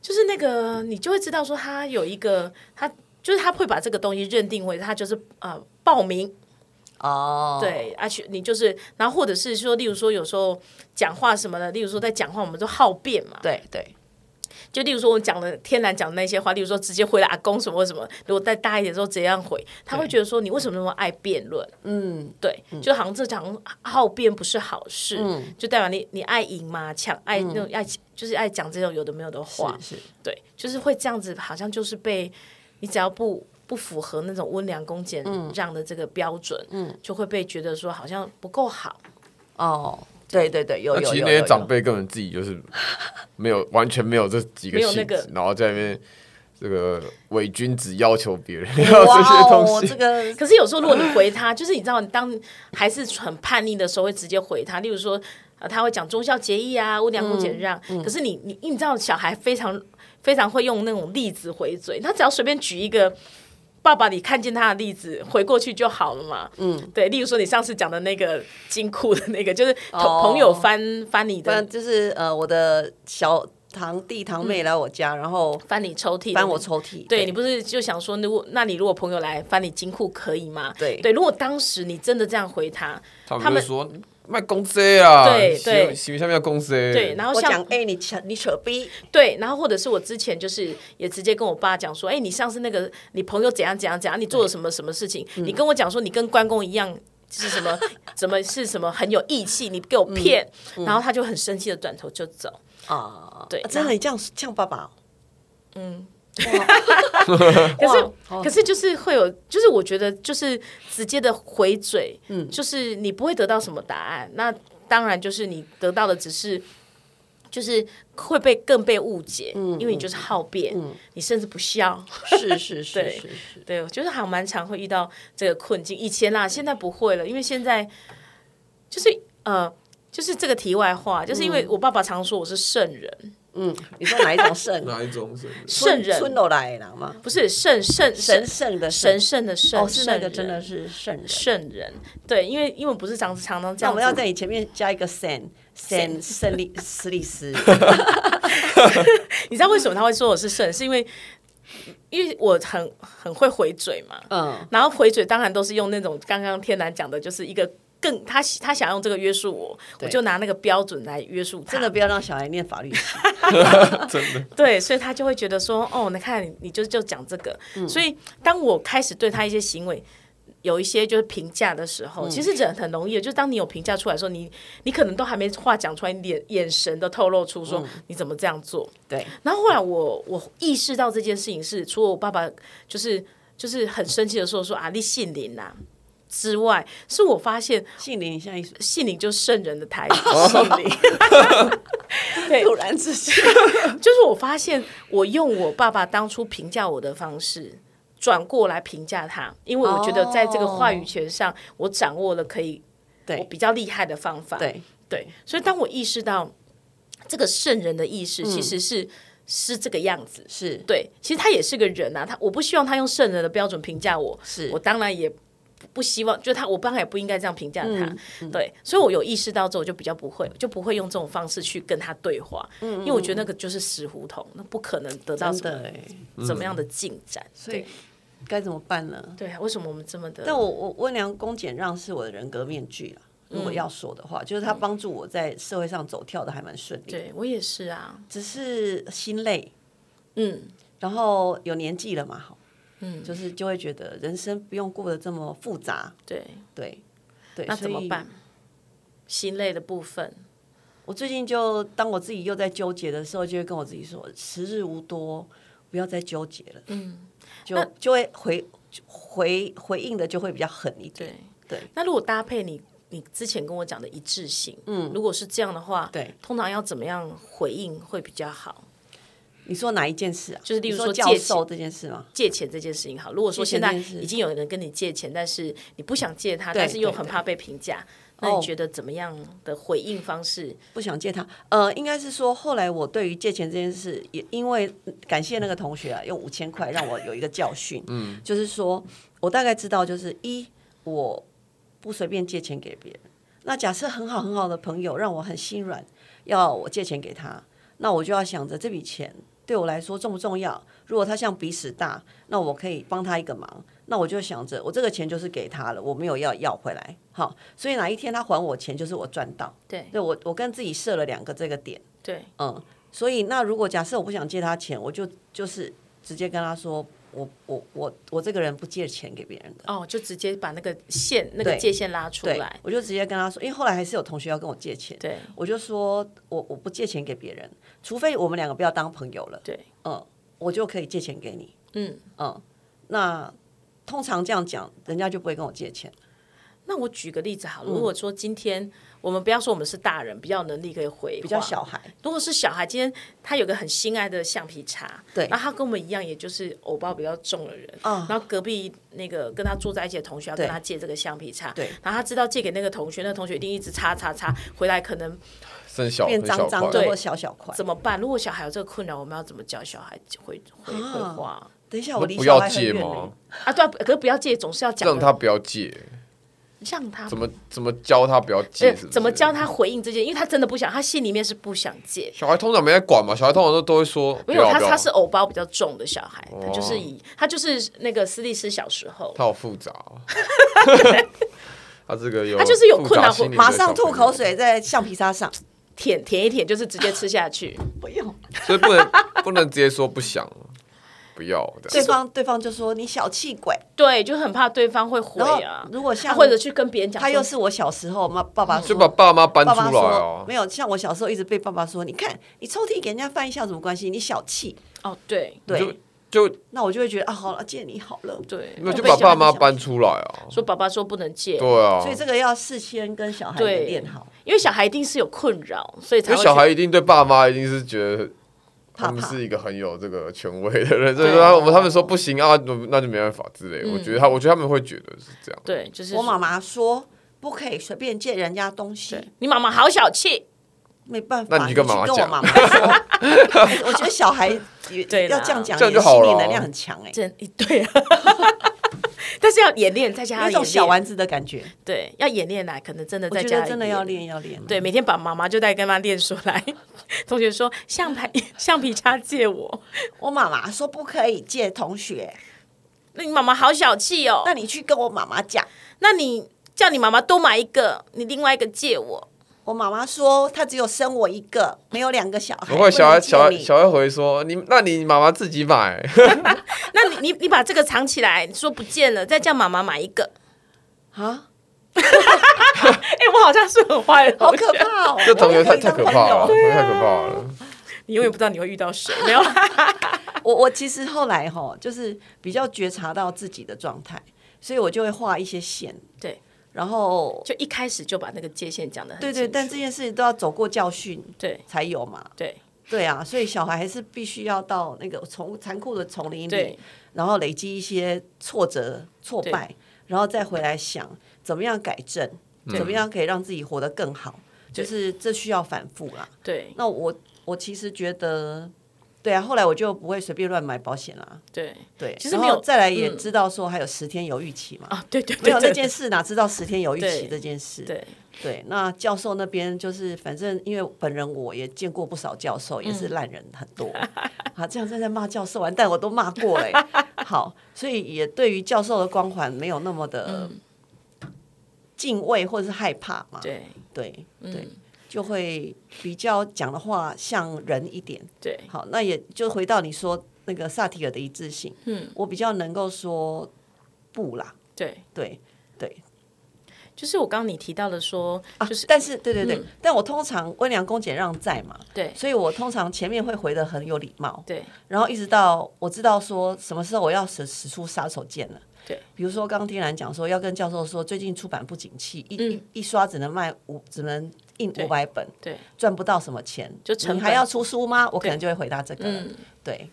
[SPEAKER 1] 就是那个你就会知道说他有一个他。就是他会把这个东西认定为他就是啊、呃报名
[SPEAKER 2] 哦，
[SPEAKER 1] 对，而且啊你就是，然后或者是说，例如说有时候讲话什么的，例如说在讲话我们都好辩嘛，
[SPEAKER 2] 对对，
[SPEAKER 1] 就例如说，我讲的天然讲的那些话，例如说直接回答阿公什么什么，如果再大一点之后直接这样回，他会觉得说你为什么那么爱辩论？
[SPEAKER 2] 嗯，嗯
[SPEAKER 1] 对，就好像这讲好辩不是好事，就代表你你爱赢嘛，抢爱那种、爱就是爱讲这种有的没有的话，
[SPEAKER 2] 是是，
[SPEAKER 1] 对，就是会这样子，好像就是被你只要不不符合那种温良恭俭让的这个标准，就会被觉得说好像不够好。
[SPEAKER 2] 哦，对对对，有
[SPEAKER 3] 那
[SPEAKER 2] 有有
[SPEAKER 3] 其实
[SPEAKER 2] 有
[SPEAKER 3] 那些
[SPEAKER 2] 有
[SPEAKER 3] 长辈根本自己就是没有完全没有这几个
[SPEAKER 1] 没有
[SPEAKER 3] 性质，
[SPEAKER 1] 那个
[SPEAKER 3] 然后在那边这个伪君子要求别人要这些
[SPEAKER 2] 哇
[SPEAKER 3] 东
[SPEAKER 2] 哦，
[SPEAKER 3] 西，
[SPEAKER 2] 这个
[SPEAKER 1] 可是有时候如果你回他，就是你知道，你当还是很叛逆的时候，会直接回他，例如说，呃，他会讲忠孝节义啊，温良恭俭让。
[SPEAKER 2] 嗯
[SPEAKER 1] 可是你你你知道，小孩非常非常会用那种例子回嘴，他只要随便举一个。爸爸，你看见他的例子回过去就好了嘛。嗯，对，例如说你上次讲的那个金库的那个，就是朋
[SPEAKER 2] 哦
[SPEAKER 1] 朋友翻、翻你
[SPEAKER 2] 不
[SPEAKER 1] 的
[SPEAKER 2] 然就是呃，我的小堂弟堂妹来我家，然后
[SPEAKER 1] 嗯翻你抽屉的那个，
[SPEAKER 2] 翻我抽屉，
[SPEAKER 1] 对你不是就想说，如果那你如果朋友来翻你金库可以吗？
[SPEAKER 2] 对
[SPEAKER 1] 对，如果当时你真的这样回他，
[SPEAKER 3] 他
[SPEAKER 1] 他
[SPEAKER 3] 们
[SPEAKER 1] 们
[SPEAKER 3] 就说卖公司啊，
[SPEAKER 1] 对
[SPEAKER 3] 行
[SPEAKER 1] 对
[SPEAKER 3] 行下面要公司，对
[SPEAKER 1] 对，然后
[SPEAKER 2] 我讲
[SPEAKER 1] 像
[SPEAKER 2] 哎，你扯你扯逼，
[SPEAKER 1] 对，然后或者是我之前就是也直接跟我爸讲说，哎，你上次那个你朋友怎样怎样怎样，你做了什么什么事情？
[SPEAKER 2] 嗯
[SPEAKER 1] 你跟我讲说你跟关公一样。是什么？怎么是什么很有义气？你给
[SPEAKER 2] 嗯
[SPEAKER 1] 我骗，然后他就很生气的转头就走。
[SPEAKER 2] 啊，
[SPEAKER 1] 对
[SPEAKER 2] 真的，你这样这样爸爸，嗯，
[SPEAKER 1] 可是
[SPEAKER 2] 哇，好
[SPEAKER 1] 可是就是会有，就是我觉得就是直接的回嘴，嗯，就是你不会得到什么答案。那当然就是你得到的只是，就是会被更被误解，
[SPEAKER 2] 嗯
[SPEAKER 1] 因为你就是好辩，你甚至不孝，
[SPEAKER 2] 是是是
[SPEAKER 1] 对
[SPEAKER 2] 是是，
[SPEAKER 1] 对，我觉得还蛮常会遇到这个困境。以前啦，现在不会了，因为现在就是呃，就是这个题外话，就是因为我爸爸常说我是圣人，
[SPEAKER 2] 嗯，你说哪一种 圣？
[SPEAKER 3] 哪一种是？
[SPEAKER 1] 圣人
[SPEAKER 2] 村楼来了吗？
[SPEAKER 1] 不是圣圣
[SPEAKER 2] 神圣的
[SPEAKER 1] 神
[SPEAKER 2] 圣，
[SPEAKER 1] 圣的圣，
[SPEAKER 2] 哦，是那
[SPEAKER 1] 圣
[SPEAKER 2] 个
[SPEAKER 1] 人
[SPEAKER 2] 真的是圣人。
[SPEAKER 1] 圣人。对，因为因为我不是常常常这
[SPEAKER 2] 那
[SPEAKER 1] 样子，
[SPEAKER 2] 我们要在你前面加一个 San San 圣利斯 利斯，
[SPEAKER 1] 你知道为什么他会说我是圣？是因为因为我很很会回嘴嘛，
[SPEAKER 2] 嗯，
[SPEAKER 1] 然后回嘴当然都是用那种刚刚天南讲的，就是一个更他他想用这个约束我，我就拿那个标准来约束他。
[SPEAKER 2] 真的不要让小孩念法律系。
[SPEAKER 1] 对，所以他就会觉得说，哦，你看你你就就讲这个。所以当我开始对他一些行为有一些就是评价的时候，其实人很容易的，就当你有评价出来的时候，你你可能都还没话讲出来，你眼眼神都透露出说、你怎么这样做。
[SPEAKER 2] 对，
[SPEAKER 1] 然后后来我我意识到这件事情是，除了我爸爸就是就是很生气的时候说啊，你姓林呐、之外，是我发现
[SPEAKER 2] 杏林，你现在
[SPEAKER 1] 姓林就是圣人的台语，姓林。 对
[SPEAKER 2] 突然 之间，
[SPEAKER 1] 就是我发现，我用我爸爸当初评价我的方式转过来评价他，因为我觉得在这个话语权上，我掌握了可以
[SPEAKER 2] 哦对
[SPEAKER 1] 我比较厉害的方法。
[SPEAKER 2] 对
[SPEAKER 1] 对，所以当我意识到这个圣人的意识
[SPEAKER 2] 嗯
[SPEAKER 1] 其实是、是这个样子，
[SPEAKER 2] 是
[SPEAKER 1] 对，其实他也是个人啊，他我不希望他用圣人的标准评价我，
[SPEAKER 2] 是
[SPEAKER 1] 我当然也不不希望，就他我当然也不应该这样评价他，
[SPEAKER 2] 嗯
[SPEAKER 1] 对，所以我有意识到之后，我就比较不会，就不会用这种方式去跟他对话，因为我觉得那个就是死胡同，那不可能得到
[SPEAKER 2] 嗯真
[SPEAKER 1] 什
[SPEAKER 2] 的
[SPEAKER 1] 么
[SPEAKER 2] 哎，
[SPEAKER 1] 怎么样的进展，
[SPEAKER 2] 所以该怎么办呢？
[SPEAKER 1] 对，啊为什么我们这么的？
[SPEAKER 2] 但我我温良恭俭让是我的人格面具啦。
[SPEAKER 1] 嗯
[SPEAKER 2] 如果要说的话，就是他帮助我在社会上走跳的还蛮顺利，
[SPEAKER 1] 对我也是啊，
[SPEAKER 2] 只是心累，
[SPEAKER 1] 嗯，
[SPEAKER 2] 然后有年纪了嘛，好，嗯，就是就会觉得人生不用过得这么复杂，
[SPEAKER 1] 对，
[SPEAKER 2] 对对，
[SPEAKER 1] 那怎
[SPEAKER 2] 所
[SPEAKER 1] 么
[SPEAKER 2] 以
[SPEAKER 1] 办？心累的部分，
[SPEAKER 2] 我最近就当我自己又在纠结的时候，就会跟我自己说：时日无多，不要再纠结了。嗯，就就会回回回应的就会比较狠一点。
[SPEAKER 1] 对对。那如果搭配你你之前跟我讲的一致性，嗯，如果是这样的话，
[SPEAKER 2] 对，
[SPEAKER 1] 通常要怎么样回应会比较好？
[SPEAKER 2] 你说哪一件事啊？
[SPEAKER 1] 就是例如
[SPEAKER 2] 你说
[SPEAKER 1] 说
[SPEAKER 2] 教
[SPEAKER 1] 借钱
[SPEAKER 2] 授这件事吗？
[SPEAKER 1] 借钱这件事情好，如果说
[SPEAKER 2] 借
[SPEAKER 1] 现
[SPEAKER 2] 钱这
[SPEAKER 1] 在
[SPEAKER 2] 件事
[SPEAKER 1] 已经有人跟你借钱，但是你不想借他，
[SPEAKER 2] 对
[SPEAKER 1] 但是又
[SPEAKER 2] 对
[SPEAKER 1] 很
[SPEAKER 2] 对
[SPEAKER 1] 怕被评价，
[SPEAKER 2] 哦
[SPEAKER 1] 那你觉得怎么样的回应方式？
[SPEAKER 2] 不想借他，呃，应该是说后来我对于借钱这件事，也因为感谢那个同学啊，用五千块让我有一个教训，嗯，就是说我大概知道，就是一我不随便借钱给别人。那假设很好很好的朋友让我很心软，要我借钱给他，那我就要想着这笔钱对我来说重不重要？如果他像鼻屎大，那我可以帮他一个忙，那我就想着我这个钱就是给他了，我没有要要回来，好，所以哪一天他还我钱，就是我赚到。
[SPEAKER 1] 对
[SPEAKER 2] 对我，我跟自己设了两个这个点，
[SPEAKER 1] 对，
[SPEAKER 2] 嗯，所以那如果假设我不想借他钱，我就就是直接跟他说，我我我我这个人不借钱给别人的，
[SPEAKER 1] 哦，就直接把那个线那个界限拉出
[SPEAKER 2] 对
[SPEAKER 1] 来，，
[SPEAKER 2] 我就直接跟他说，因为后来还是有同学要跟我借钱，
[SPEAKER 1] 对
[SPEAKER 2] 我就说我我不借钱给别人，除非我们两个不要当朋友了，
[SPEAKER 1] 对，
[SPEAKER 2] 嗯，我就可以借钱给你，
[SPEAKER 1] 嗯。
[SPEAKER 2] 嗯，那通常这样讲，人家就不会跟我借钱，
[SPEAKER 1] 那我举个例子
[SPEAKER 2] 嗯
[SPEAKER 1] 好了，如果说今天我们不要说我们是大人，比较有能力可以回，比
[SPEAKER 2] 比较小孩，
[SPEAKER 1] 如果是小孩，今天他有个很心爱的橡皮擦，
[SPEAKER 2] 对
[SPEAKER 1] 然后他跟我们一样，也就是偶包比较重的人，
[SPEAKER 2] 啊
[SPEAKER 1] 然后隔壁那个跟他坐在一起的同学要跟
[SPEAKER 2] 对
[SPEAKER 1] 他借这个橡皮擦，
[SPEAKER 2] 对
[SPEAKER 1] 然后他知道借给那个同学，那个同学一定一直擦擦擦，回来可能
[SPEAKER 3] 剩小
[SPEAKER 2] 变
[SPEAKER 3] 很小
[SPEAKER 2] 脏脏的
[SPEAKER 3] 块
[SPEAKER 2] 或，小小块。
[SPEAKER 1] 怎么办？如果小孩有这个困扰，我们要怎么教小孩回回回话
[SPEAKER 2] 等一下，我离
[SPEAKER 3] 不
[SPEAKER 2] 小
[SPEAKER 3] 要
[SPEAKER 2] 孩很
[SPEAKER 3] 借
[SPEAKER 2] 远
[SPEAKER 3] 吗
[SPEAKER 2] 呢。？
[SPEAKER 1] 啊？对啊，可是不要借，总是要讲
[SPEAKER 3] 让
[SPEAKER 1] 的
[SPEAKER 3] 他不要借，
[SPEAKER 1] 让他
[SPEAKER 3] 怎么怎么教他不要
[SPEAKER 1] 啊呃
[SPEAKER 3] 借？是不是
[SPEAKER 1] 怎么教？他回应这件，因为他真的不想，他心里面是不想借。
[SPEAKER 3] 小孩通常没在管嘛，小孩通常都都会说不
[SPEAKER 1] 没有
[SPEAKER 3] 要哦
[SPEAKER 1] 他，
[SPEAKER 3] 不要
[SPEAKER 1] 他。是偶包比较重的小孩，他就是以他就是那个私立师小时候，
[SPEAKER 3] 他好复 杂、哦，他这个有
[SPEAKER 1] 他就是有困难
[SPEAKER 3] 复杂心理的
[SPEAKER 2] 马上吐
[SPEAKER 3] 小朋友
[SPEAKER 2] 口，水在橡皮擦上，
[SPEAKER 1] 舔舔一舔就是直接吃下去。
[SPEAKER 2] 不用。
[SPEAKER 3] 所以不能不能直接说不想，啊不要这
[SPEAKER 2] 对
[SPEAKER 3] 样。
[SPEAKER 2] 方对方就说你小气鬼，
[SPEAKER 1] 对，就很怕对方会回
[SPEAKER 2] 然后
[SPEAKER 1] 啊，
[SPEAKER 2] 如果
[SPEAKER 1] 他
[SPEAKER 2] 像
[SPEAKER 1] 或者去跟别人讲说，
[SPEAKER 2] 他又是我小时候妈爸爸
[SPEAKER 3] 就
[SPEAKER 2] 说
[SPEAKER 3] 把嗯爸妈搬
[SPEAKER 2] 爸
[SPEAKER 3] 出
[SPEAKER 2] 爸
[SPEAKER 3] 来
[SPEAKER 2] 说
[SPEAKER 3] 啊
[SPEAKER 2] 没！有像我小时候一直被爸爸说，你看你抽屉给人家翻一下有什么关系？你小气，
[SPEAKER 1] 哦，对
[SPEAKER 3] 就
[SPEAKER 2] 对，
[SPEAKER 3] 就
[SPEAKER 2] 那我就会觉得啊，好了，借你好了。
[SPEAKER 1] 对，
[SPEAKER 3] 没有就
[SPEAKER 1] 被
[SPEAKER 3] 把
[SPEAKER 1] 小孩
[SPEAKER 3] 爸妈
[SPEAKER 1] 讲
[SPEAKER 3] 搬出来啊！
[SPEAKER 1] 说爸爸说不能借，
[SPEAKER 3] 对啊，
[SPEAKER 2] 所以这个要事先跟小孩
[SPEAKER 1] 对
[SPEAKER 2] 练好，
[SPEAKER 1] 因为小孩一定是有困扰，所以才
[SPEAKER 3] 因为
[SPEAKER 1] 会
[SPEAKER 3] 小
[SPEAKER 1] 觉
[SPEAKER 3] 孩一定对爸妈一定是觉得
[SPEAKER 2] 怕
[SPEAKER 3] 他们
[SPEAKER 2] 怕
[SPEAKER 3] 是一个很有这个权威的人，所以说他我们他们说不行啊，那就没办法之
[SPEAKER 1] 嗯
[SPEAKER 3] 类的。我觉得他，我觉得他们会觉得是这样。
[SPEAKER 1] 对，就是
[SPEAKER 2] 我妈妈说不可以随便借人家东西，
[SPEAKER 1] 你妈妈好小气，
[SPEAKER 2] 没办法，
[SPEAKER 3] 那你
[SPEAKER 2] 你
[SPEAKER 3] 就跟妈妈
[SPEAKER 2] 去跟我
[SPEAKER 3] 讲
[SPEAKER 2] 妈妈说。 哎我觉得小孩也
[SPEAKER 1] 对啦
[SPEAKER 2] 要这样讲，
[SPEAKER 3] 这样就
[SPEAKER 2] 也
[SPEAKER 3] 好
[SPEAKER 2] 心
[SPEAKER 3] 了
[SPEAKER 2] 理
[SPEAKER 3] 啊
[SPEAKER 2] 能量很强哎，
[SPEAKER 1] 真 对啊，但是要演练，在家
[SPEAKER 2] 有
[SPEAKER 1] 要
[SPEAKER 2] 一种
[SPEAKER 1] 演
[SPEAKER 2] 小
[SPEAKER 1] 练，
[SPEAKER 2] 丸子的感觉。
[SPEAKER 1] 对，要演练来，可能真的
[SPEAKER 2] 我
[SPEAKER 1] 在
[SPEAKER 2] 觉
[SPEAKER 1] 家
[SPEAKER 2] 得
[SPEAKER 1] 里
[SPEAKER 2] 真的要。练要练。
[SPEAKER 1] 对，每天把妈妈就在跟他练说来。 同学说橡皮橡皮擦借我，
[SPEAKER 2] 我妈妈说不可以借同学，
[SPEAKER 1] 那你妈妈好小气哦。
[SPEAKER 2] 那你去跟我妈妈讲。
[SPEAKER 1] 那你叫你妈妈多买一个，你另外一个借我。
[SPEAKER 2] 我妈妈说她只有生我一个，没有两个小孩。
[SPEAKER 3] 不会，小
[SPEAKER 2] 不能
[SPEAKER 3] 孩
[SPEAKER 2] 借
[SPEAKER 3] 小孩
[SPEAKER 2] 你
[SPEAKER 3] 小孩回说你，那你妈妈自己买，
[SPEAKER 1] 那你你你把这个藏起来，说不见了，再叫妈妈买一个。
[SPEAKER 2] 啊，
[SPEAKER 1] 哎、我好像是很坏的啊
[SPEAKER 2] 好
[SPEAKER 1] 同学，
[SPEAKER 2] 可怕哦！
[SPEAKER 3] 这同学
[SPEAKER 2] 我没
[SPEAKER 3] 太
[SPEAKER 2] 有
[SPEAKER 3] 太可
[SPEAKER 2] 当朋
[SPEAKER 3] 怕了，
[SPEAKER 2] 友啊
[SPEAKER 3] 太可怕了。
[SPEAKER 1] 你永远不知道你会遇到谁。没有，
[SPEAKER 2] 我我其实后来哈，就是比较觉察到自己的状态，所以我就会画一些线，
[SPEAKER 1] 对，
[SPEAKER 2] 然后
[SPEAKER 1] 就一开始就把那个界限讲的很
[SPEAKER 2] 对
[SPEAKER 1] 清楚。
[SPEAKER 2] 对，但这件事情都要走过教训
[SPEAKER 1] 对
[SPEAKER 2] 才有嘛。
[SPEAKER 1] 对
[SPEAKER 2] 对啊，所以小孩还是必须要到那个从残酷的丛林里
[SPEAKER 1] 对，
[SPEAKER 2] 然后累积一些挫折、挫败，然后再回来想怎么样改正，怎么样可以让自己活得更好，就是这需要反复啦。
[SPEAKER 1] 对
[SPEAKER 2] 那我我其实觉得，对啊，后来我就不会随便乱买保险啦。
[SPEAKER 1] 对
[SPEAKER 2] 对，
[SPEAKER 1] 其实
[SPEAKER 2] 然
[SPEAKER 1] 没有
[SPEAKER 2] 后再来也
[SPEAKER 1] 嗯
[SPEAKER 2] 知道说还有十天犹豫期嘛。
[SPEAKER 1] 啊，对对对
[SPEAKER 2] 没有
[SPEAKER 1] 对
[SPEAKER 2] 那件事，哪知道十天犹豫期
[SPEAKER 1] 对
[SPEAKER 2] 这件事？
[SPEAKER 1] 对
[SPEAKER 2] 对，那教授那边就是，反正因为本人我也见过不少教授，也是烂人很多。啊，这样正在骂教授，完蛋，我都骂过 嘞。好，所以也对于教授的光环没有那么的敬畏或是害怕嘛。
[SPEAKER 1] 对
[SPEAKER 2] 嗯对嗯对，就会比较讲的话像人一点。
[SPEAKER 1] 对
[SPEAKER 2] 好，那也就回到你说那个萨提尔的一致性，嗯，我比较能够说不啦，
[SPEAKER 1] 对，
[SPEAKER 2] 对对，
[SPEAKER 1] 就是我刚刚你提到的说，就是、
[SPEAKER 2] 啊
[SPEAKER 1] 嗯
[SPEAKER 2] 但是对对对，但我通常温良恭俭让在嘛，
[SPEAKER 1] 对
[SPEAKER 2] 所以我通常前面会回的很有礼貌，
[SPEAKER 1] 对
[SPEAKER 2] 然后一直到我知道说什么时候我要使使出杀手锏了，
[SPEAKER 1] 对，
[SPEAKER 2] 比如说刚刚听兰讲说要跟教授说，最近出版不景气，一、
[SPEAKER 1] 嗯
[SPEAKER 2] 一一刷只能卖五，只能印
[SPEAKER 1] 对
[SPEAKER 2] 五百本，
[SPEAKER 1] 对，
[SPEAKER 2] 赚不到什么钱，
[SPEAKER 1] 就成
[SPEAKER 2] 你
[SPEAKER 1] 本
[SPEAKER 2] 还要出书吗？我可能就会回答这个，
[SPEAKER 1] 嗯，
[SPEAKER 2] 对，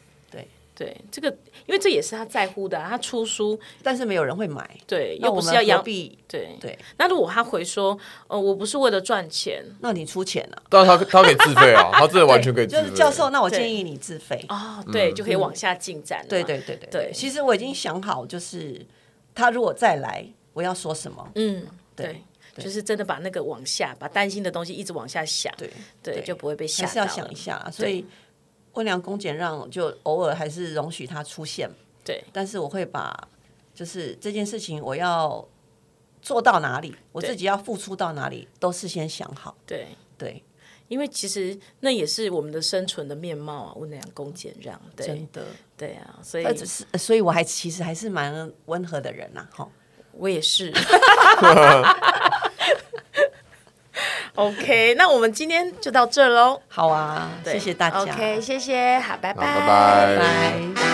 [SPEAKER 1] 对，这个因为这也是他在乎的啊、他出书，
[SPEAKER 2] 但是没有人会买，
[SPEAKER 1] 对，
[SPEAKER 2] 那
[SPEAKER 1] 又
[SPEAKER 2] 我
[SPEAKER 1] 不是
[SPEAKER 2] 们
[SPEAKER 1] 要
[SPEAKER 2] 何
[SPEAKER 1] 养，
[SPEAKER 2] 必？
[SPEAKER 1] 对
[SPEAKER 2] 对。
[SPEAKER 1] 那如果他回说，呃，我不是为了赚钱
[SPEAKER 2] 那你出钱啊？
[SPEAKER 3] 但是他他可以自费啊，他真的完全可以 自
[SPEAKER 2] 就
[SPEAKER 3] 费。
[SPEAKER 2] 是教授，那我
[SPEAKER 1] 对
[SPEAKER 2] 建议你自费。
[SPEAKER 1] 哦，对，就可以往下进展了嘛。
[SPEAKER 2] 嗯对对对对
[SPEAKER 1] 对
[SPEAKER 2] 其实我已经想好，就是他如果再来，我要说什么？
[SPEAKER 1] 嗯，对，就是真的把那个往下，把担心的东西一直往下想，
[SPEAKER 2] 对
[SPEAKER 1] 对，就不会被吓
[SPEAKER 2] 还
[SPEAKER 1] 到
[SPEAKER 2] 是要想一下啦。所以温良恭俭让，就偶尔还是容许他出现。
[SPEAKER 1] 对，
[SPEAKER 2] 但是我会把就是这件事情我要做到哪里，我自己要付出到哪里，都事先想好。
[SPEAKER 1] 对
[SPEAKER 2] 对，
[SPEAKER 1] 因为其实那也是我们的生存的面貌啊，温良恭俭让，对
[SPEAKER 2] 真的。
[SPEAKER 1] 对啊，所以
[SPEAKER 2] 呃，只是，所以我还其实还是蛮温和的人啊呐、哈。
[SPEAKER 1] 我也 是。OK，那我们今天就到这喽，
[SPEAKER 2] 好啊，
[SPEAKER 1] 对
[SPEAKER 2] 谢谢大家，
[SPEAKER 1] OK，谢谢，好，拜
[SPEAKER 3] 好拜拜
[SPEAKER 2] 拜。